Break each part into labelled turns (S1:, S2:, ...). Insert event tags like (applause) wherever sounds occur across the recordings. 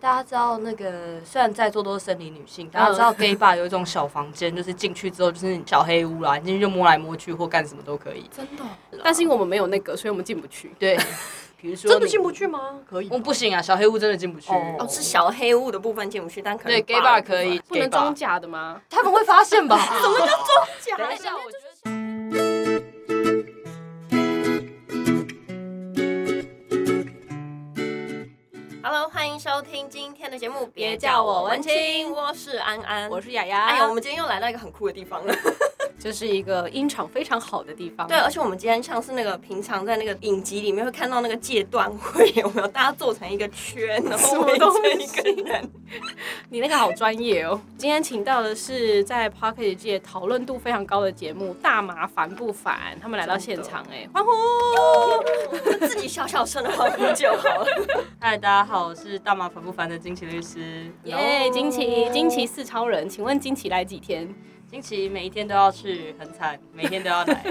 S1: 大家知道那个，虽然在座都是生理女
S2: 嗯
S1: 性，大家知道 gay bar 有一种小房间，就是进去之后就是小黑屋啦，你进去就摸来摸去或干什么都可以。
S3: 真的哦、但是因为我们没有那个，所以我们进不去。
S1: 对，
S2: (laughs)
S1: 比如说
S2: 真的
S1: 你
S2: 进不，去吗？可以吧
S1: 我不行啊，小黑屋真的进不去。
S2: 哦，是小黑屋的部分进不去，但可能
S1: 对 gay bar
S2: 的部分
S1: 可以，
S3: 不能
S1: gay bar
S3: 装假的吗？
S1: 他们会发现
S3: (laughs)
S1: 吧？怎么叫装假
S3: 等
S1: 等一
S3: 一下
S1: 下，
S3: 我
S1: 我觉
S3: 觉得
S1: 得
S2: ，Hello，欢迎收听今天的节目，
S1: 别叫我文青
S2: 我是安安，
S1: 是雅雅
S2: 哎呀，我们今天又来到一个很酷的地方了。 (laughs)
S3: 这是一个音场非常好的地方。
S2: 对，而且我们今天像是那个平常在那个影集里面会看到那个戒断会，有没有？大家做成一个圈，然
S3: 什
S2: 后
S3: 么
S2: 围
S3: 东
S2: 成一
S3: 西
S2: 个人。 (laughs)
S3: 你那个好专业哦。今天请到的是在 p o c k e t 界讨论度非常高的节目《大麻烦不烦》，他们来到现场、哎，欢呼！
S2: 我们自己小小声的欢呼就好了。 (laughs)
S1: 嗨，大家好，我是大麻烦不烦的金奇律师。
S3: 耶，惊奇惊奇四超人，请问惊奇来几天？
S1: 金奇每一天都要去，很惨，每天都要
S3: (laughs)
S1: 来，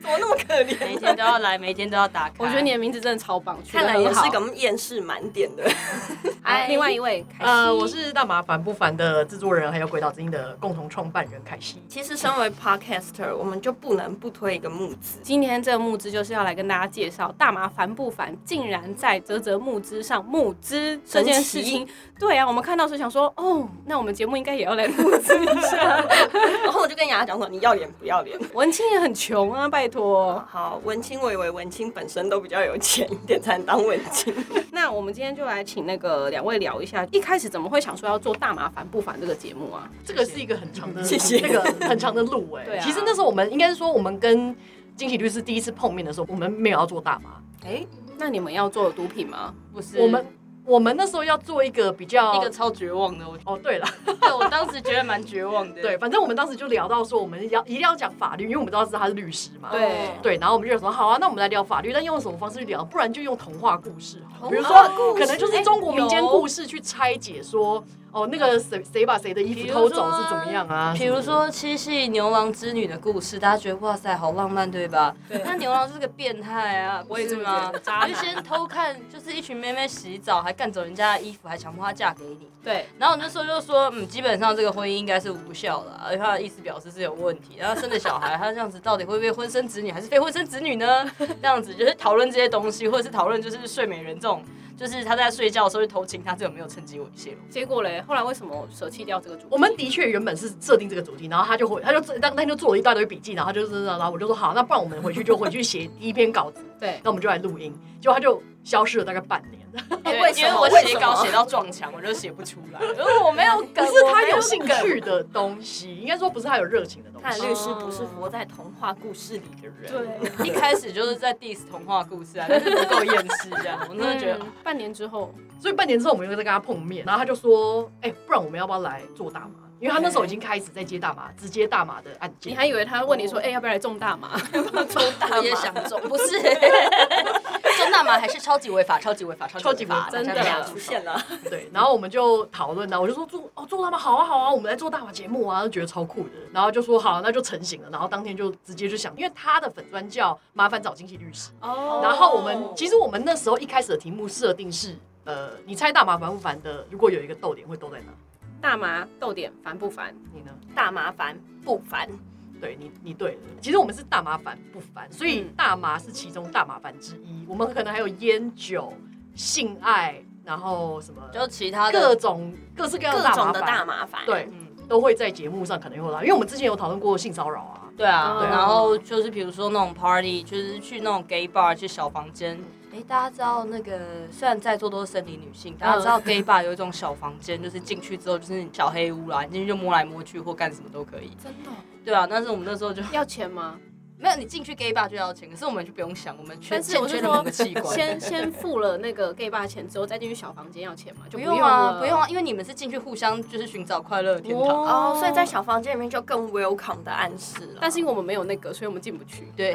S2: 怎么那么可
S1: 每一
S2: 怜？
S1: 天都要来，每一天都要打卡。
S3: 我觉得你的名字真的超棒，取得
S2: 看来也
S3: 很好
S2: 是个厌世满点的。
S3: 哎另外一位，凯西
S4: 呃，我是大麻烦不烦的制作人，还有鬼岛之音的共同创办人凯西。
S2: (laughs) 其实，身为 podcaster，我们就不能不推一个木字。 (laughs)
S3: 今天这个募资就是要来跟大家介绍大麻烦不烦，竟然在泽泽募资上募资这件事情。对啊，我们看到时想说，哦，那我们节目应该也要来募资一下。
S2: 然后我就跟雅雅讲说，你要脸不要脸？
S3: 文青也很穷啊，拜托。
S2: 好，文青我以为文青本身都比较有钱一点，才能当文 (laughs) 青。
S3: 那我们今天就来请那个两位聊一下，一开始怎么会想说要做大麻烦不烦这个节目啊？
S4: 这个是一个很长的，
S2: 谢谢
S4: 这个很长的路哎、
S3: 对啊
S4: 其实那时候我们应该是说，我们跟惊喜律师第一次碰面的时候，我们没有要做大麻，
S2: 哎、
S3: 那你们要做毒品吗？
S1: 不是
S4: 我们我们那时候要做一个比较
S1: 一个超绝望的，我
S4: 哦，对了，
S1: 对我当时觉得蛮绝望的。
S4: 对，，反正我们当时就聊到说，我们要一定要讲法律，因为我们知道是他是律师嘛。
S3: 对
S4: 对，然后我们就想说，好啊，那我们来聊法律，但用什么方式去聊？不然就用童话故事
S3: 哦
S4: 好了，比如
S2: 童话
S4: 说，可能
S1: 哎
S4: 就是中国民间
S3: 有
S4: 故事去拆解说，哦，那个谁谁把谁的衣
S1: 比
S4: 服
S1: 如
S4: 偷
S1: 说
S4: 走
S1: 啊
S4: 是怎么样啊？
S1: 比
S4: 什
S1: 如
S4: 么的，
S1: 说七夕牛郎织女的故事，大家觉得哇塞，好浪漫，对吧？
S3: 对
S1: 那牛郎就是个变态啊，不
S3: 我也这
S1: 是
S3: 么
S1: 吗
S3: 觉得？渣男
S1: 就先偷看，就是一群妹妹洗澡，还干走人家的衣服，还强迫她嫁给你。
S3: 对，
S1: 然后我那时候就说，嗯，基本上这个婚姻应该是无效的啊，而且他的意思表示是有问题。然后生了小孩，他这样子到底会不会婚生子女还是非婚生子女呢？这样子就是讨论这些东西，或者是讨论就是睡美人这种，就是他在睡觉的时候去偷亲他，这有没有趁机猥亵了？
S3: 结果嘞，后来为什么舍弃掉这个主题？
S4: 我们的确原本是设定这个主题，然后他就回，他就当天就做了一大堆笔记，然后他就是， (laughs) 然后我就说好，那不然我们回去就回去写第一篇稿子，
S3: 对
S4: 那我们就来录音，结果他就消失了大概半年。
S1: (laughs)
S2: 哎
S1: 对
S2: 为
S1: 因
S2: 什
S1: 为
S2: 么
S1: 我
S2: 为
S1: 写
S2: 什
S1: 稿
S2: 么
S1: 写到撞墙，我就写不出来。因为我没有
S4: 不
S1: 梗，
S4: 是
S1: 我
S4: 他
S1: 没
S4: 有
S1: 有
S4: 兴
S1: 梗。
S4: 趣的东西，应该说不是他有热情的东
S1: (laughs)
S2: 看
S4: 西。
S2: 来律师不
S3: 哦
S2: 是活在童话故事里的人。
S3: (laughs)
S1: (laughs)
S3: 对，
S1: 一开始就是在 diss 童话故事啊，但是不够厌世这样，我真的觉得哦
S3: 嗯。半年之后，
S4: 所以半年之后我们又再跟他碰面，然后他就说：“哎、不然我们要不要来做大麻？”因为他那时候已经开始在接大麻，直接大麻的案件。
S3: 你还以为他问你说，哎、要不要来种大麻？
S1: 我也想中，不是 (laughs) 中大麻还是超级违法，超级违法，
S4: 超级违法
S3: 真的
S2: 他们啊俩出现了，
S4: 对，然后我们就讨论到，我就说做哦做大麻好啊好啊，我们来做大麻节目啊，就觉得超酷的。然后就说好，那就成型了。然后当天就直接就想，因为他的粉专叫麻烦找经纪律师。
S3: (laughs) 哦
S4: 然后我们其实我们那时候一开始的题目设定是，呃，你猜大麻烦不烦的？如果有一个逗点会逗在哪？
S3: 大麻逗点烦不烦？
S4: 你呢？
S2: 大麻烦不烦？
S4: 对你，你对了。其实我们是大麻烦不烦，所以
S3: 嗯
S4: 大麻是其中大麻烦之一。我们可能还有烟酒、性爱，然后什么，
S1: 就其他
S4: 各
S1: 的
S4: 种各式各样
S2: 各
S4: 的大
S2: 种
S4: 麻
S2: 的
S4: 烦，
S2: 大麻烦。
S4: 对，
S1: 嗯
S4: 都会在节目上可能会来，因为我们之前有讨论过性骚扰啊。
S1: 对啊，
S3: 对
S1: 然后就是比如说那种 party，就是去那种 gay bar，去小房间。哎、大家知道那个，虽然在座都是生理女性，嗯大家知道 gay bar 有一种小房间，就是进去之后就是小黑屋啦，你进去就摸来摸去或干什么都可以。
S3: 真的哦、
S1: 对啊，但是我们那时候就
S3: 要钱吗？
S1: 没有，你进去 gay bar 就要钱，可是我们就不用想，我们缺
S3: 但是
S1: 欠
S3: 我是
S1: 缺了
S3: 说
S1: 某个器，官。
S3: 先先付了那个 gay 爸钱之后，再进去小房间要钱嘛？就
S1: 不
S3: 用
S1: 用啊，
S3: 了
S1: 不用啊，因为你们是进去互相就是寻找快乐的天堂。
S3: 哦
S2: 哦，所以在小房间里面就更 welcome 的暗示了。
S3: 但是因为我们没有那个，所以我们进不去。
S1: (laughs) 对，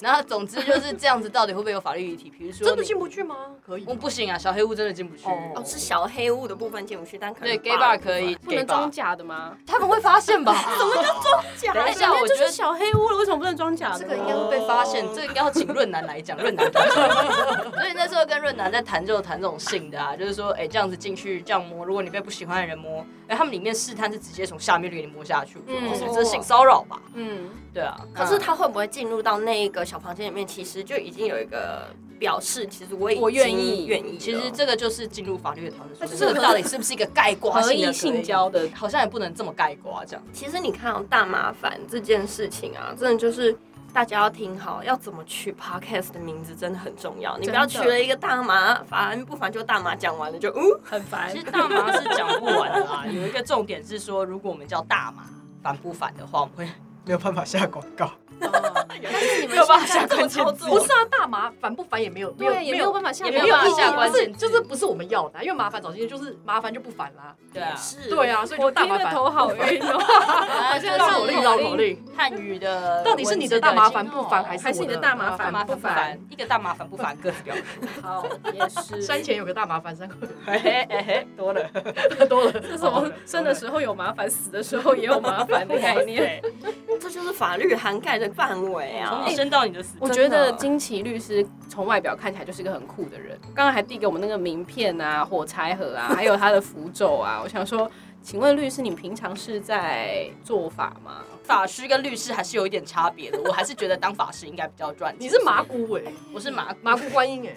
S1: 然后总之就是这样子，到底会不会有法律议题？比如说
S4: 真的
S1: 你
S4: 进不去吗？可以吗
S1: 我，不行啊，小黑屋真的进不去。
S4: 哦
S2: 哦，是小黑屋的部分进不去，但可
S1: 对
S2: 能 bar
S1: ，gay bar
S2: 的部分
S1: 可以，
S3: 不能
S1: gay bar
S3: 装假的吗？
S1: 他们会发现吧？ (laughs) 怎么
S3: 假
S1: 等一下
S3: 那
S1: 我
S3: 就是
S1: 觉得
S3: 小黑屋了，为什么不能装假的呢？
S1: 这个应该会被发现？这个应该要请润南来讲，润南来讲。 (laughs) 所以那时候跟润南在谈，就谈这种性的啊，就是说，哎、这样子进去这样摸，如果你被不喜欢的人摸，哎、他们里面试探是直接从下面就给你摸下去，
S3: 嗯
S1: 嗯，这是性骚扰吧？
S3: 嗯，
S1: 对啊，
S2: 可是他会不会进入到那一个小房间里面？其实就已经有一个表示，其实我已
S3: 我愿
S2: 经
S3: 意
S2: 愿意。
S1: 其实，这个就是进入法律的讨论，说
S2: 就是
S1: 这个到底是不是一个概括
S3: 合
S1: 性的
S3: 意性交的
S1: 可以，好像也不能这么概括啊这样。
S2: 其实你看哦，大麻烦这件事情啊，真的就是。大家要听好，要怎么取 podcast 的名字真的很重要。你不要取
S3: 真的
S2: 了一个大麻烦，不烦就大麻讲完了就嗯，
S3: 很烦
S1: 其。实大麻是讲不完的啦，有一个重点是说，如果我们叫大麻反不反的话，我们会没有办法下广告，
S3: 但是你们
S1: 没有办法下
S2: 这
S1: 关
S2: 么
S1: 键
S2: 操
S1: 字
S2: 作。
S4: 不是啊，大麻烦不烦也没有，没有
S3: 对，也没有办法下
S1: 也
S3: 广
S1: 没有办法
S3: 告
S4: 意义
S1: 下关
S4: 不是
S1: 键字
S4: 就是不是我们要的啊，因为麻烦找今天就是麻烦就不烦啦。
S1: 对啊。
S2: 是
S4: 对啊，所以就
S3: 我
S4: 大
S3: 听
S4: 麻
S3: 得
S4: 烦。
S3: 头好晕哦，
S1: 啊，就
S4: 绕口令，绕口令，
S1: 汉语的文字的精哦，
S4: 到底是你的大麻烦不烦，还是
S3: 还是
S4: 我
S3: 你的大麻
S1: 大
S3: 烦啊
S1: 麻
S3: 不
S1: 烦不烦？一个大麻烦不烦，各自表述。
S3: 好， (laughs) 也是。
S4: 山前有个大麻烦，三个
S1: 嘿嘿嘿嘿多了，
S4: 多了。
S3: (laughs) 这是什么生的时候有麻烦，死的时候也有麻烦的
S1: (laughs)
S3: 概念。
S2: 这就是法律涵盖的范围啊
S1: 从你。哎生到你的死，
S3: (laughs) 我觉得金奇律师从外表看起来就是一个很酷的人，刚刚还递给我们那个名片啊、火柴盒啊，还有他的符咒啊。我想说，请问律师，你平常是在做法吗？
S1: 法师跟律师还是有一点差别的。我还是觉得当法师应该比较赚钱。
S4: 你是麻姑哎，
S1: 我是麻
S4: 麻姑观音哎，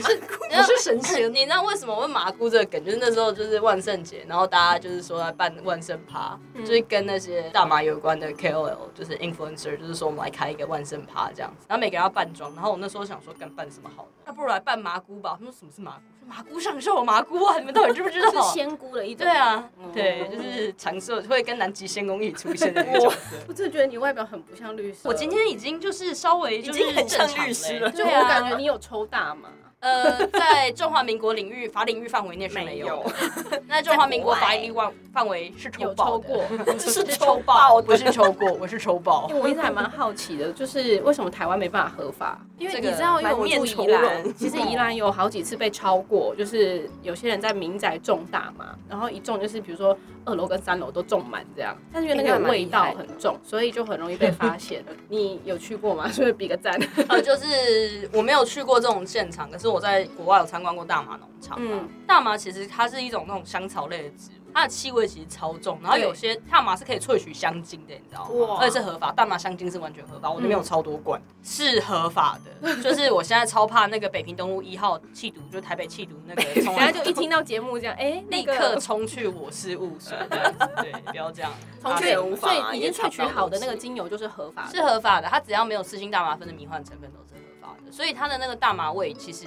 S3: (laughs)
S4: 是你是神
S1: (laughs)
S4: 仙，
S1: 你知道为什么会麻姑这个梗？就是那时候就是万圣节，然后大家就是说来办万圣趴，就是跟那些大麻有关的 KOL，就是 influencer，就是说我们来开一个万圣趴这样子，然后每个人要扮装。然后我那时候想说，干办什么好呢？那不如来办麻姑吧。他们说什么是麻姑？麻姑上寿，麻姑啊！你们到底知不知道
S3: 是哦 (laughs)
S1: 啊？
S3: 仙姑的一种。
S1: 对，啊，
S3: 嗯
S1: 对，就是长寿会跟南极仙公一起出现的那种。
S3: 我真的觉得你外表很不像律师。
S1: 我今天已经就是稍微就是
S2: 已经很
S1: 正
S2: 像
S1: 常
S2: 律师
S1: 欸
S2: 了
S3: 就
S1: 对
S3: 我
S1: 啊，
S3: 感觉你有抽大麻，
S1: 呃，在中华民国领域法领域范围内是没
S2: 没
S1: 有
S2: 有
S1: 的，， (laughs) 那中华民国法律范范围是抽
S3: 有
S1: 爆
S3: 抽
S1: 的，
S3: 过。
S1: 这 (laughs) 是
S2: 抽
S1: 抽
S2: 爆
S1: 爆，
S2: 的
S1: 不是抽过，我是抽爆
S3: 因。为我一直还 (laughs) 蛮好奇的，就是为什么台湾没办法合法？因为
S1: 这
S3: 你
S1: 个
S3: 知道，因为我
S2: 满面
S3: 住
S2: 愁
S3: 宜兰， (laughs)
S2: 容
S3: 其实宜兰有好几次被超过，就是有些人在民宅种大麻，然后一种就是比如说二楼跟三楼都种满这样，但是因为那
S2: 欸那
S3: 个
S2: 蛮
S3: 味
S2: 厉
S3: 道
S2: 害的
S3: 很重，所以就很容易被发 (laughs) 现。你有去过吗？ (laughs) 是不是比个赞？
S1: 呃，就是我没有去过这种现场，可是我在国外有参观过大麻农场。嗯
S3: 嗯，
S1: 大麻其实它是一种那种香草类的植物，它的气味其实超重，然后
S3: 对
S1: 有些大麻是可以萃取香精的，你知道吗
S2: 哇？
S1: 而且是合法，大麻香精是完全合法，我那边
S3: 嗯
S1: 有超多罐、是合法的。就是我现在超怕那个北平东路一号气毒，就是台北气毒那个，从
S3: 人
S1: 来
S3: 家就一听到节目这样， (laughs) 哎，那
S1: 立
S3: 个
S1: 刻冲去我是雾水，这样子对，不要这样。
S2: 从去
S3: 对
S2: 也无法
S3: 所
S2: 啊，
S3: 以已经
S2: 也查
S3: 萃
S2: 不
S3: 取
S2: 到
S3: 好的
S2: 东
S3: 那个
S2: 西
S3: 精油就是合法的，
S1: 是合法的，它只要没有四氢大麻酚的迷幻成分都是合法的，所以它的那个大麻味其实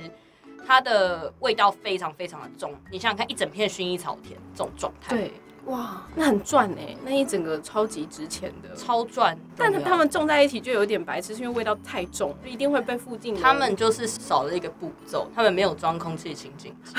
S1: 它的味道非常非常的重，你想想看，一整片薰衣草田这种状态，，
S3: 对，
S2: 哇，
S3: 那很赚哎，那一整个超级值钱的。
S1: 超赚。
S3: 但是他们种在一起就有点白痴，是因为味道太重，一定会被附近的
S1: 他们就是少了一个步骤，他们没有装空气清净
S3: (laughs)
S1: 剂。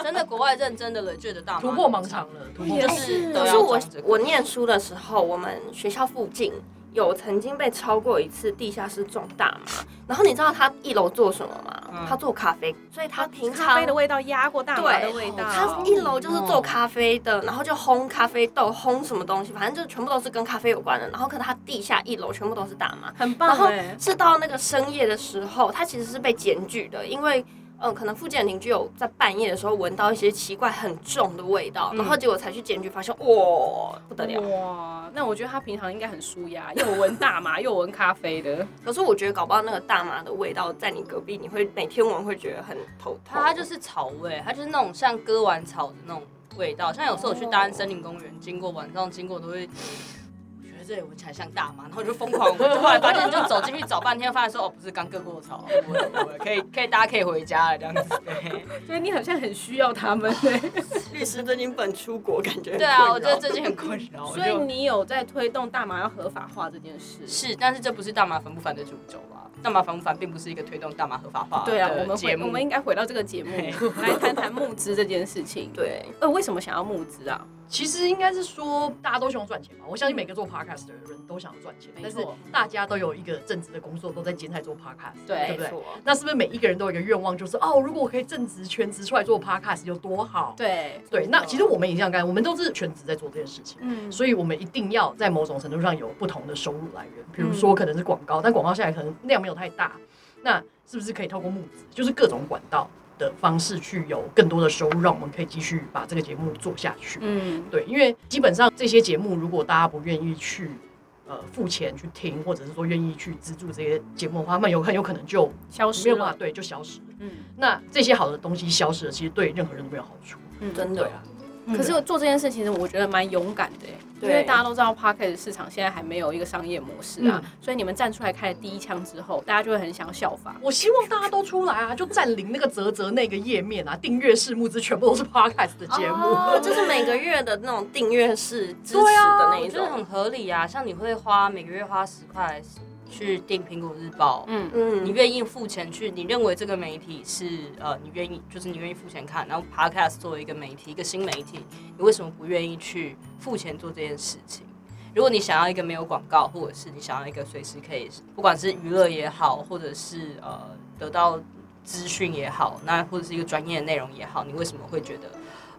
S1: 真的，国外认真的了，觉得大麻
S4: 突破盲肠了，突破盲
S1: 就
S4: 肠。
S1: 是都
S2: 哎
S1: 要
S2: 可是我
S1: 装啊这个
S2: 我念书的时候，我们学校附近有曾经被超过一次地下室种大麻，然后你知道他一楼做什么
S1: 嗯
S2: 吗？他做咖啡，所以他平
S3: 咖
S2: 常
S3: 啡的味道压过大麻的
S2: 对
S3: 味
S1: 啊
S3: 道，
S1: 哦
S2: 他一楼就是做咖啡的，然后就烘咖啡豆，烘什么东西，反正就全部都是跟咖啡有关的。然后可能他地下一楼全部都是大麻，
S3: 很
S2: 然
S3: 棒
S2: 后
S3: 哎。
S2: 是到那个深夜的时候，他其实是被检举的，因为呃，可能附近的邻居有在半夜的时候闻到一些奇怪很重的味道，然
S1: 嗯
S2: 后结果才去检举，发现哇、不得了。
S3: 哇，那我觉得他平常应该很舒压，又闻大 (laughs) 麻又闻咖啡的，
S2: 可是我觉得搞不好那个大麻的味道在你隔壁，你会每天闻会觉得很头痛。
S1: 它它就是草味，它就是那种像割完草的那种味道。像有时候我去大安森林公园，经过晚上经过都会。觉得这里闻起来像大麻，然后就疯狂闻，就后来发现就走进去找半天，发现说哦不是刚割过草，不会不会可以可以大家可以回家了这样 (laughs) 子。
S3: 所以你好像很需要他们哎。
S2: 律师最近本出国，感觉很
S1: 对啊，
S2: 困
S1: 我觉得
S2: 扰
S1: 最近很困扰。我就
S3: (laughs) 所以你有在推动大麻要合法化这件事？
S1: 是，但是这不是大麻烦不烦的主轴啊，大麻烦不烦并不是一个推动大麻合法化
S3: 对啊，
S1: 的
S3: 我们
S1: 节
S3: 回
S1: 目
S3: 我们应该回到这个节目
S1: 嘿
S3: 来谈谈募资这件事情。
S2: 对。
S3: 呃，为什么想要募资啊？
S4: 其实应该是说大家都喜欢赚钱吧。我相信每个做 podcast 的人都想要赚钱，
S3: 没
S4: 但是
S3: 错
S4: 大家都有一个正职的工作，都在兼差做 podcast，
S3: 对
S4: 对不
S2: 没
S4: 对？
S2: 错，
S4: 那是不是每一个人都有一个愿望，就是哦，如果我可以正职全职出来做 podcast 有多好？
S3: 对
S4: 对，那其实我们也这样干，我们都是全职在做这件事情。
S3: 嗯
S4: 所以我们一定要在某种程度上有不同的收入来源，比如说可能是广告，但广告下来可能量没有太大，那是不是可以透过募资，就是各种管道的方式去有更多的收入，让我们可以继续把这个节目做下去？
S3: 嗯
S4: 对，因为基本上这些节目，如果大家不愿意去呃付钱去听，或者是说愿意去资助这些节目的话，他们有很有可能就
S3: 消
S4: 没
S3: 失
S4: 有办法
S3: 了，
S4: 对就消失了。
S3: 嗯
S4: 那这些好的东西消失了，其实对任何人都没有好处。
S3: 嗯
S2: 真
S4: 对
S2: 的
S4: 啊，
S3: 可是我做这件事，其实我觉得蛮勇敢的耶，欸因
S2: 对
S3: 为大家都知道 p o c k e t 市场现在还没有一个商业模式啊
S4: 嗯，
S3: 所以你们站出来开了第一枪之后，大家就会很想效仿。
S4: 我希望大家都出来啊，就占领那个泽泽那个页面啊，订阅式募资全部都是 podcast 的节目。
S2: 哦就是每个月的那种订阅式支持
S4: 对啊
S2: 的那
S1: 我
S2: 一
S1: 觉得
S2: 种，
S1: 很合理啊。像你会花每个月花十块去订《苹果日报》，
S3: 嗯，
S1: 你
S2: 嗯，
S1: 愿意付钱去，你认为这个媒体是呃，你愿意就是你愿意付钱看，然后 podcast 作为一个媒体，一个新媒体，你为什么不愿意去付钱做这件事情？如果你想要一个没有广告，或者是你想要一个随时可以，不管是娱乐也好，或者是呃得到资讯也好，那或者是一个专业的内容也好，你为什么会觉得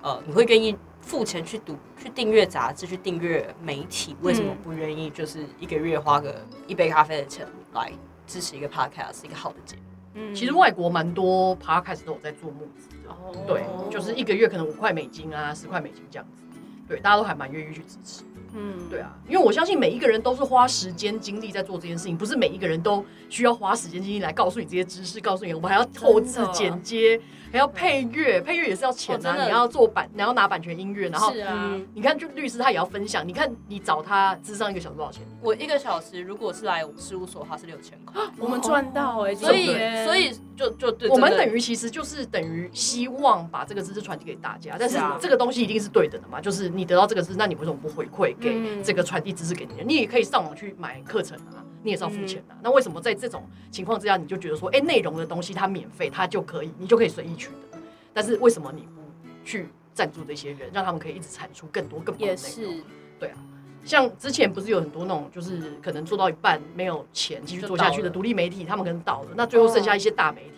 S1: 呃你会愿意付钱去读去订阅杂志，去订阅媒体？为什么
S3: 嗯
S1: 不愿意就是一个月花个一杯咖啡的钱来支持一个 podcast 一个好的节目？
S3: 嗯
S4: (laughs) 其实外国蛮多 podcast 都有在做募资的，
S3: 哦
S4: 对，就是一个月可能五块美金啊，十块美金这样子，对，大家都还蛮愿意去支持。
S3: 嗯
S4: 对，啊，因为我相信每一个人都是花时间精力在做这件事情，不是每一个人都需要花时间精力来告诉你这些知识，告诉你我们还要后置
S2: 真的
S4: 剪接，还要配乐，配乐也是要钱
S1: 哦
S4: 啊
S1: 真，的
S4: 你要做版，你要拿版权音乐，然后
S3: 是啊，
S1: 嗯，
S4: 你看，就律师他也要分享。你看，你找他智商一个小时多少钱？
S1: 我一个小时如果是来我们事务所，它是六千块，
S3: 我们赚到哎，
S1: 所以
S3: 今天
S1: 所以就就对，
S4: 我们
S1: 真的
S4: 等于其实就是等于希望把这个知识传递给大家，但是
S1: 是啊
S4: 这个东西一定是对等的嘛？就是你得到这个知识，那你为什么不回馈给
S3: 嗯
S4: 这个传递知识给你的人？你也可以上网去买课程啊，你也是要付钱啊。那为什么在这种情况之下，你就觉得说，哎，内容的东西它免费，它就可以，你就可以随意取得？但是为什么你不去赞助这些人，让他们可以一直产出更多更棒的内
S3: 也
S4: 容？
S3: 是
S4: 啊像之前不是有很多那种，就是可能做到一半没有钱继续做下去的独立媒体，他们可能倒了，那最后剩下一些大媒体。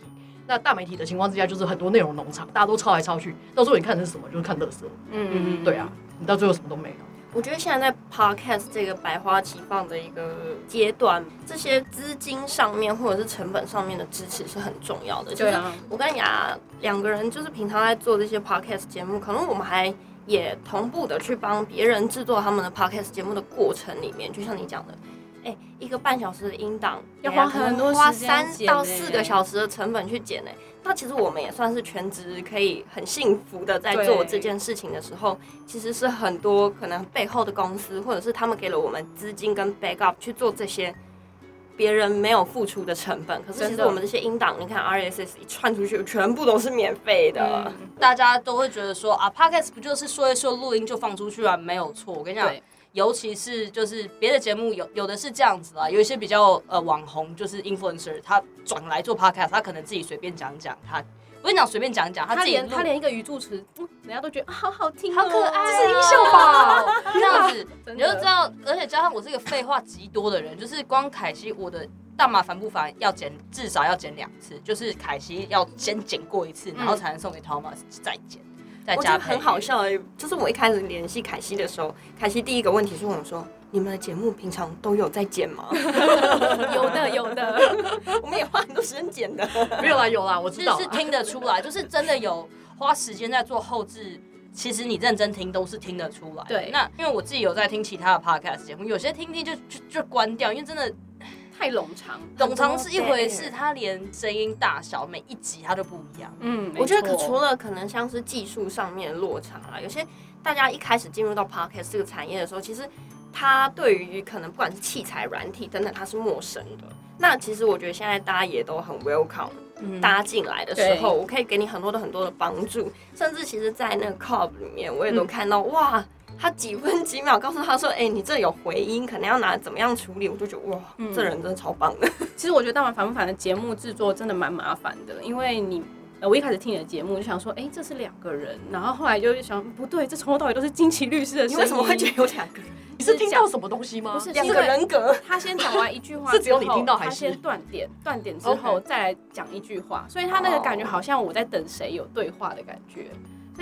S4: 那大媒体的情况之下，就是很多内容农场，大家都抄来抄去，到最后你看的是什么，就是看乐色。
S3: 嗯
S4: 对啊，你到最后什么都没有。
S2: 我觉得现在在 podcast 这个百花齐放的一个阶段，这些资金上面或者是成本上面的支持是很重要的。
S3: 对，啊，
S2: 我跟雅两个人就是平常在做这些 podcast 节目，可能我们还也同步的去帮别人制作他们的 podcast 节目的过程里面，就像你讲的，哎、一个半小时的音档
S3: 要
S2: 哎呀
S3: 花很
S2: 可能
S3: 多
S2: 花
S3: 时间
S2: 三
S3: 剪
S2: 到
S3: 欸
S2: 四个小时的成本去剪呢、欸那其实我们也算是全职，可以很幸福的在做
S3: 对
S2: 这件事情的时候，其实是很多可能背后的公司或者是他们给了我们资金跟 backup 去做这些别人没有付出的成本。可是其
S3: 真
S2: 实
S3: 的
S2: 我们这些音档，你看 RSS 一串出去，全部都是免费
S3: 啊
S2: 的。
S1: 大家都会觉得说啊，podcast 不就是说一说录音就放出去啊？没有错，我跟你讲
S3: 对，啊
S1: 尤其是就是别的节目有有的是这样子啦，有一些比较呃网红就是 influencer，他转来做 podcast，他可能自己随便讲讲，他不跟你讲随便讲讲，
S3: 他
S1: 自己
S3: 连
S1: 录
S3: 他连一个语助词，嗯，人家都觉得啊好好听哦，
S1: 好可爱、
S3: 这是音效吧？
S1: 吧？ (laughs) 这样
S2: (laughs)
S1: 子
S3: (laughs) 真的
S1: 你就知道，而且加上我是一个废话极多的人，就是光凯西我的。大麻烦不烦？要剪至少要剪两次，就是凯西要先剪过一次，然后才能送给 Thomas 再剪，再
S2: 嗯我觉
S1: 加
S2: 得
S1: 配乐
S2: 很好笑哎、就是我一开始联系凯西的时候，凯西第一个问题是问我说：“你们的节目平常都有在剪吗？” (laughs)
S3: 有的有的，
S2: 我们也花很多时间剪的。
S4: 没有啦，有啦，我知
S1: 其
S4: 道
S1: 实
S4: 啦
S1: 是。听得出
S4: (laughs)
S1: 来，就是真的有花时间在做后置。其实你认真听都是听得出来的。
S3: 对
S1: 那因为我自己有在听其他的 podcast 节目，有些听听就就就关掉，因为真的
S3: (laughs) 太冗长，
S1: 冗长是一回事，
S2: barrier
S1: 它连声音大小每一集它都不一样。
S3: 嗯，
S2: 我觉得
S3: 没
S2: 可
S3: 错
S2: 除了可能像是技术上面的落差啦，有些大家一开始进入到 podcast 这个产业的时候，其实他对于可能不管是器材、软体等等，他是陌生的。那其实我觉得现在大家也都很 welcome，、
S1: 嗯，
S2: 大家进来的时候，
S3: 对
S2: 我可以给你很多的很多的帮助，甚至其实，在那个 club 里面，我也
S1: 嗯
S2: 都看到、哇。他几分几秒告诉他说：“哎、你这有回音，可能要拿怎么样处理？”我就觉得哇，
S3: 嗯
S2: 这人真的超棒的。
S3: 其实我觉得《大碗反不反》的节目制作真的蛮麻烦的，因为你呃，我一开始听你的节目就想说，哎、这是两个人，然后后来就想，不对，这从头到尾都是金奇律师的声
S2: 你
S3: 音。
S2: 为什么会觉得有两个人？
S4: 你是听到什么东西吗？
S3: 不是
S2: 两个人格？
S3: 他先讲完一句话之后，
S4: 是只有你听到还
S3: 他
S4: 是
S3: 先断点，断点之后再来讲一句话，所以他那个感觉好像我在等谁有对话的感觉。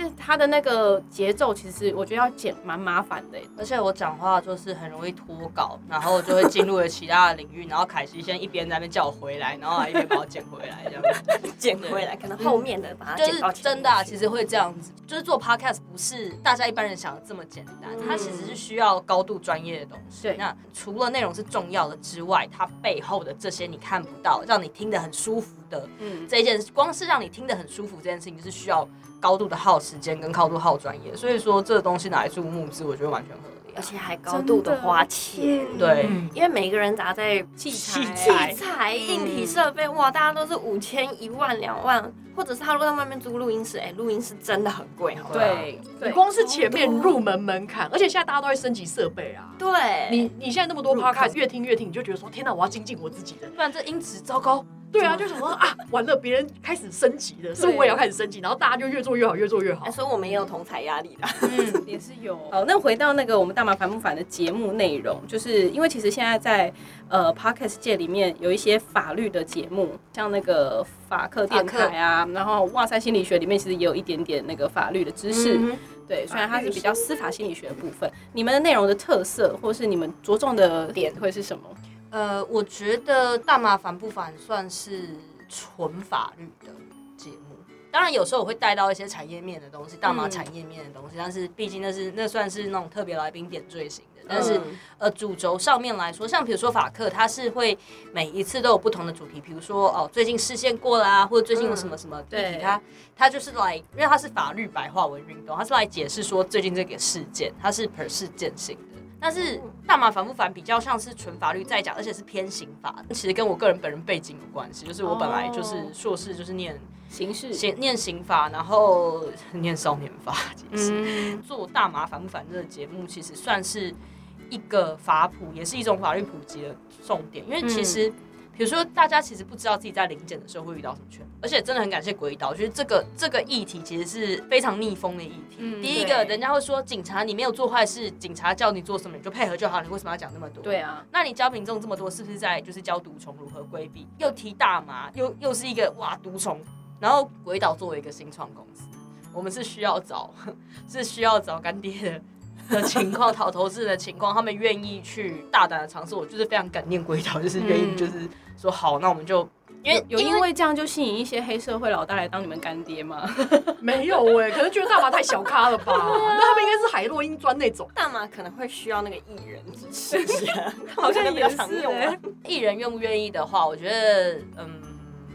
S3: 所以他的那个节奏，其实我觉得要剪蛮麻烦的耶。
S1: 而且我讲话就是很容易脱稿，然后就会进入了其他的领域，然后凯西先一边在那边叫我回来，然后还一边把我捡回来这样子。
S2: 捡回来，可能后面的把它
S1: 就是
S2: 捡到前面去
S1: 嗯真的、啊，其实会这样子，就是做 podcast 不是大家一般人想的这么简单，它其实是需要高度专业的东西。
S3: 对
S1: 那除了内容是重要的之外，它背后的这些你看不到，让你听得很舒服的
S3: 嗯，
S1: 这一件，光是让你听得很舒服这件事情，就是需要高度的耗时间跟高度耗专业。所以说，这个东西拿来做募资，我觉得完全合理啊、
S2: 而且还高度的花钱。
S3: 真的
S1: 对。
S4: 嗯，
S2: 因为每个人砸在
S3: 器
S2: 器
S3: 材
S2: 材、硬体设备，哇，大家都是五千、一万、两万，或者是他在外面租录音室，哎，录音室真的很贵，好不好
S3: 对
S4: 你
S3: 对，
S4: 光是前面入门门槛，而且现在大家都在升级设备啊。
S2: 对，
S4: 你你现在那么多
S2: 入坑
S4: podcast，越听越听，你就觉得说天哪，我要精进我自己的。
S1: 不然这音质糟糕，
S4: 对啊，就想说啊，完了，别人开始升级
S1: 啊
S4: 了，所以我也要开始升级，然后大家就越做越好，越做越好
S2: 哎，。所以我们也有同台压力的。
S1: 嗯，
S3: 也是有。好，那回到那个我们大麻烦不烦的节目内容，就是因为其实现在在呃 podcast 界里面有一些法律的节目，像那个法克电台啊，然后哇塞心理学里面其实也有一点点那个法律的知识。
S1: 嗯
S3: 对，虽然它是比较司法心理学的部分，你们的内容的特色或是你们着重的点会是什么？
S1: 呃，我觉得大麻烦不烦算是纯法律的节目。当然，有时候我会带到一些产业面的东西，大麻
S3: 嗯
S1: 产业面的东西，但是毕竟那是那算是那种特别来宾点缀型的。但是、
S3: 嗯
S1: 呃，主轴上面来说，像比如说法克，它是会每一次都有不同的主题，比如说哦，最近视线过啦、或者最近有什么什么议题，
S3: 嗯对
S1: 它它就是来，因为它是法律白话文运动，它是来解释说最近这个事件，它是 per 事件性的。但是
S3: 嗯
S1: 大麻烦不烦比较像是纯法律在讲，而且是偏刑法，其实跟我个人本人背景有关系，就是我本来就是
S3: 哦
S1: 硕士就是念
S3: 刑事
S1: 刑念刑法，然后 (laughs) 念少年法，其实。
S3: 嗯，
S1: 做大麻烦不烦这个节目，其实算是一个法普，也是一种法律普及的重点。因为其
S3: 嗯
S1: 实，比如说大家其实不知道自己在临检的时候会遇到什么权，而且真的很感谢鬼岛，就是这个这个议题其实是非常逆风的议题。
S3: 嗯
S1: 第一个，
S3: 对
S1: 人家会说警察你没有做坏事，警察叫你做什么你就配合就好，你为什么要讲那么多？
S3: 对。啊，
S1: 那你教民众这么多，是不是在就是教毒虫如何规避？又提大麻，又又是一个哇毒虫。然后鬼岛作为一个新创公司，我们是需要找， (laughs) 是需要找干爹的。的情况，讨投资人的情况，他们愿意去大胆的尝试，我就是非常感念鬼岛，就是愿意，
S3: 嗯
S1: 就是说好，那我们就因为
S3: 有因为这样就吸引一些黑社会老大来当你们干爹吗？
S4: 没有哎、可能觉得大麻太小咖了
S1: (laughs)
S4: 吧？
S1: 啊
S4: 那他们应该是海洛因砖那种。
S2: 大麻可能会需要那个艺人支持啊一
S3: (laughs)
S2: 下，好像比较常用
S3: 好像也
S2: 啊
S3: 是。
S1: 艺人愿不愿意的话，我觉得，嗯，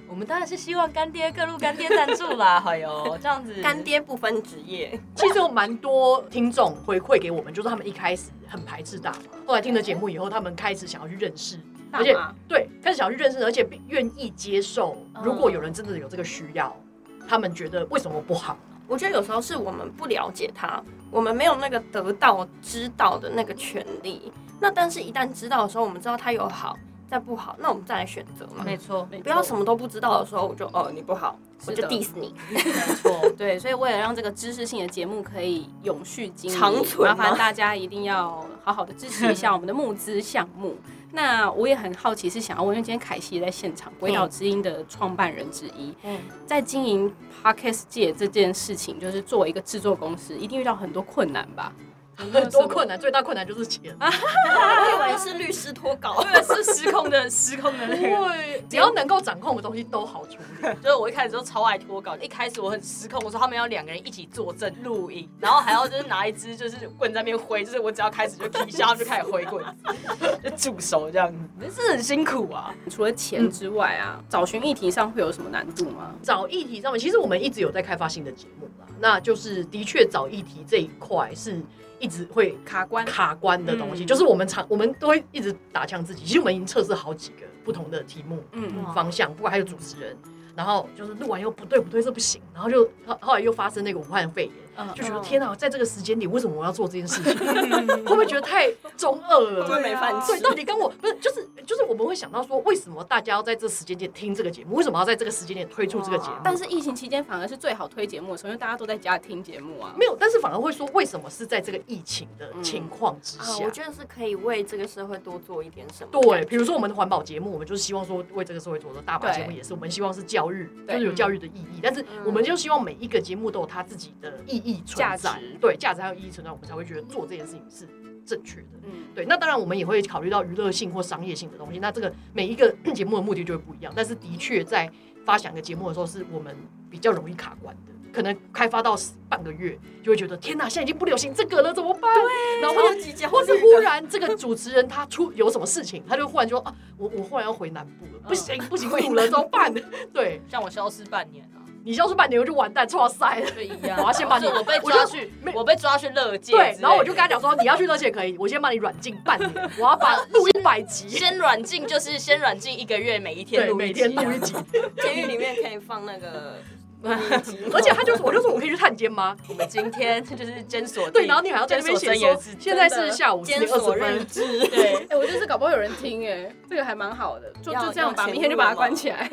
S1: 我们当然是希望干爹各路干爹赞助啦，哎呦，这样子
S3: 欸
S2: 干爹不分职业，
S4: 其实有蛮多听众回馈给我们，就是他们一开始很排斥大麻，后来听了节目以后，他们开始想要去认识，
S3: 大
S4: 而且
S3: 麻
S4: 对，开始想要去认识，而且愿意接受。
S3: 嗯
S4: 如果有人真的有这个需要，他们觉得为什么不好？
S2: 我觉得有时候是我们不了解他，我们没有那个得到、知道的那个权利。那但是，一旦知道的时候，我们知道他有好，再不好，那我们再来选择嘛。
S1: 没错，
S3: 没
S2: 不要
S3: 错
S2: 什么都不知道的时候，我就哦你不好，我
S3: 是
S2: 就
S3: 的
S2: diss 你。
S1: 没错。
S3: 对，所以为了让这个知识性的节目可以永续经营，
S2: 长存
S3: 麻
S2: 吗
S3: 烦大家一定要好好的支持一下我们的募资项目。那我也很好奇，是想要问，因为今天凯西也在现场，鬼岛之音的创办人之一，
S2: 嗯，
S3: 在经营 podcast 界这件事情，就是作为一个制作公司，一定遇到很多困难吧？
S4: 很 (laughs) 多困难，最大困难就是钱。
S2: 我以为是律师脱稿，
S1: 这个是失控的，失控的那个。
S4: 对，只要能够掌控的东西都好处理。
S1: 就是我一开始都超爱脱稿，一开始我很失控，我说他们要两个人一起作证录影，然后还要就是拿一支就是棍在那边挥，就是我只要开始就踢一下，他们就开始挥棍子，就助手这样子，是很辛苦啊。
S3: 除了钱之外啊，找寻议题上会有什么难度吗？
S4: 找议题上面，其实我们一直有在开发新的节目啦。那就是的确找议题这一块是一直会
S3: 卡关
S4: 卡关的东西，
S3: 嗯
S4: 就是我们常我们都会一直打枪自己。其实我们已经测试好几个不同的题目
S3: 嗯，
S4: 方向，不管还有主持人，然后就是录完又不对不对，这不行，然后就后后来又发生那个武汉肺炎，
S3: 嗯
S4: 就觉得天哪，在这个时间点，为什么我要做这件事情？
S3: (laughs)
S4: 会不会觉得太中二
S3: 啊
S4: 了？
S2: 会没饭
S4: 对，
S2: 吃。
S4: 到底跟我不是就是就是我们会想到说，为什么大家要在这时间点听这个节目？为什么要在这个时间点推出这个节目？
S3: 但是疫情期间反而是最好推节目的时候，因为大家都在家听节目啊。
S4: 没有，但是反而会说，为什么是在这个疫情的情况之
S2: 啊，
S4: 下？
S2: 我觉得是可以为这个社会多做一点什么。
S4: 对，比如说我们的环保节目，我们就是希望说为这个社会做的大把节目也是，我们希望是教育，
S3: 对
S4: 就是有教育的意义。但是我们就希望每一个节目都有它自己的意义存在
S3: 价值，
S4: 对价值还有意义存在，我们才会觉得做这件事情是正确的。
S3: 嗯，
S4: 对，那当然我们也会考虑到娱乐性或商业性的东西。那这个每一个 (clears throat) 节目的目的就会不一样，但是的确在发想一个节目的时候，是我们比较容易卡关的。可能开发到半个月，就会觉得天哪，现在已经不流行这个了，怎么办？然后
S2: 超级焦虑的
S4: 或是忽然这个主持人他出有什么事情，他就忽然就说啊，我我忽然要回南部了，
S1: 嗯
S4: 不行不行，堵了怎么办？ (laughs) 对
S1: 像我消失半年啊，
S4: 你消失半年我就完蛋，错塞了。
S1: 就一样。
S4: 我要先把你
S1: 就是啊我被
S4: 我就
S1: 抓去
S4: 没，
S1: 我被抓去乐界之类
S4: 对
S1: 的，，
S4: 然后我就跟他讲说，你要去热线可以，我先把你软禁半
S1: (laughs)
S4: 年，我要把录一百集。
S1: 先软禁，就是先软禁一个月，每一天
S4: 对，
S1: 录
S4: 每
S1: 一
S4: 天
S1: 集
S4: 录
S1: 啊
S4: 一集，
S2: 监狱里面可以放那个
S3: (laughs)
S4: 而且他就说，我就说我可以去探监吗？
S1: 我们今天就是监所地
S4: 对，然后你还要在那边写
S1: 监所真言
S4: 说
S1: 之，
S4: 现在是下午四
S2: 监
S4: 点二
S2: 所
S4: 十
S2: 日
S4: 分。
S2: 志，
S1: 对
S3: 哎、我就是搞不好有人听哎、这个还蛮好的，就
S2: 要
S3: 就这样吧，
S2: 要钱
S3: 明天就把它关起来。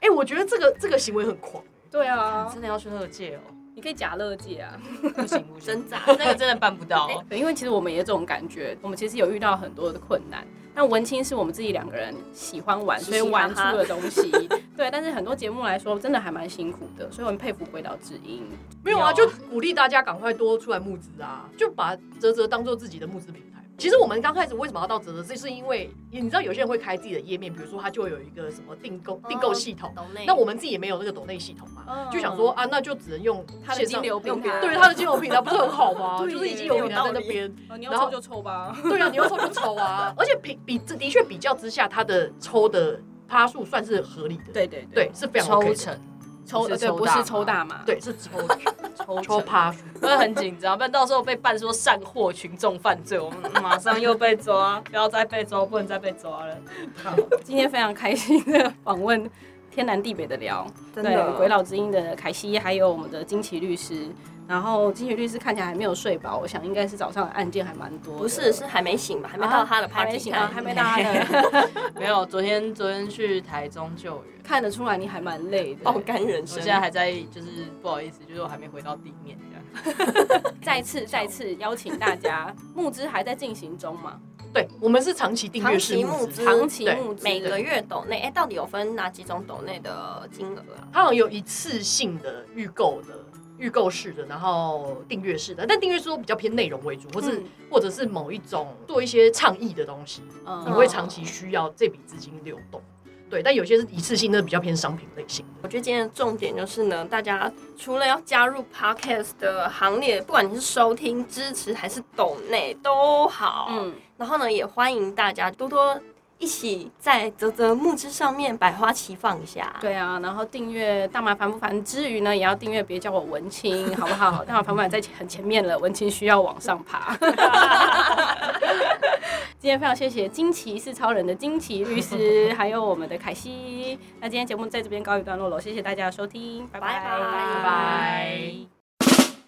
S4: 哎，我觉得这个这个行为很狂，
S3: 对 (laughs) 啊，
S1: 真的要去乐界哦，
S3: 你可以假乐界啊。
S1: 不行不行，
S3: (laughs)
S2: 挣扎。
S1: 那个真的办不
S4: 哎
S1: 到。哦
S3: 对，因为其实我们也有这种感觉，我们其实有遇到很多的困难。但文青是我们自己两个人喜欢玩，
S2: 嘻
S3: 所
S2: 嘻
S3: 以玩出
S2: 哈哈
S3: 的东西。对，但是很多节目来说，真的还蛮辛苦的，所以我很佩服鬼岛之音。
S4: 没有啊，
S1: 有
S4: 就
S1: 啊
S4: 鼓励大家赶快多出来募资啊，就把泽泽当做自己的募资平台。其实我们刚开始为什么要到泽泽，这是因为你知道有些人会开自己的页面，比如说他就会有一个什么订购订购系统，
S2: 懂内
S4: 那我们自己也没有那个抖内系统嘛，
S3: 哦
S4: 就想说啊，那就只能用
S3: 他的
S4: 线
S3: 金
S4: 上
S3: 流平台，
S4: 对他的金融平台不是很好吗？
S3: 对
S4: 就是已经
S3: 耶
S4: 有平台在
S2: 有道
S4: 那
S2: 理
S4: 边，
S3: 哦你要
S4: 然后
S3: 抽就抽吧。 (laughs)
S4: 对啊，你要抽就抽啊， (laughs) 而且比比这的确比较之下，它的抽的趴数算是合理的，
S3: 对对
S4: 对，，是非常 OK 的，
S1: 成
S3: 抽
S1: 不是
S3: 呃对，
S1: 抽
S3: 不
S1: 大
S3: 是
S1: 麻
S3: 抽大麻，
S4: 对，是抽
S1: 抽
S4: 抽
S1: 抽
S4: 趴数。
S1: 会很紧张，不然到时候被办说善获群众犯罪，我们
S3: (laughs)
S1: 马上又被抓，不要再被抓，不能再被抓了。
S3: 今天非常开心的访问天南地北的聊，
S2: 真
S3: 对鬼佬之音的凯西，还有我们的金奇律师。然后金奇律师看起来还没有睡饱，我想应该是早上的案件还蛮多的。啊
S2: 不是是还没醒吧？还没到他的
S3: 还
S2: party，
S3: 没醒啊，
S2: time
S3: 还没到他
S2: (laughs)
S3: 的，
S1: 没有，昨天昨天去台中救援，
S3: 看得出来你还蛮累的。
S2: 爆肝人
S1: 我
S2: 生
S1: 现。在还在，就是不好意思，就是我还没回到地面这样。
S3: 再次再次邀请大家，募资还在进行中嘛？
S4: 对，我们是长期订阅式
S2: 长期
S4: 募
S2: 募
S4: 资
S2: 资，
S3: 长期
S4: 对
S3: 募资，
S2: 每个月抖内，哎、到底有分哪几种抖内的金额啊？
S4: 它好像有一次性的预购的。预购式的，然后订阅式的，但订阅式都比较偏内容为主，或是、
S3: 嗯
S4: 或者是某一种做一些倡议的东西，
S3: 嗯
S4: 你会长期需要这笔资金流动。对，但有些是一次性，那比较偏商品类型的。
S2: 我觉得今天的重点就是呢，大家除了要加入 podcast 的行列，不管你是收听、支持还是抖内都好，
S3: 嗯，
S2: 然后呢，也欢迎大家多多一起在泽泽木枝上面百花齐放一下。，
S3: 对啊，然后订阅大麻烦不烦之余呢，也要订阅别叫我文青，好不好？大麻烦不烦在很前面了，文青需要往上爬。 (laughs) 今天非常谢谢惊奇是超人的惊奇律师，还有我们的凯西。那今天节目在这边告一段落了，谢谢大家的收听，拜拜
S2: 拜拜
S4: 拜。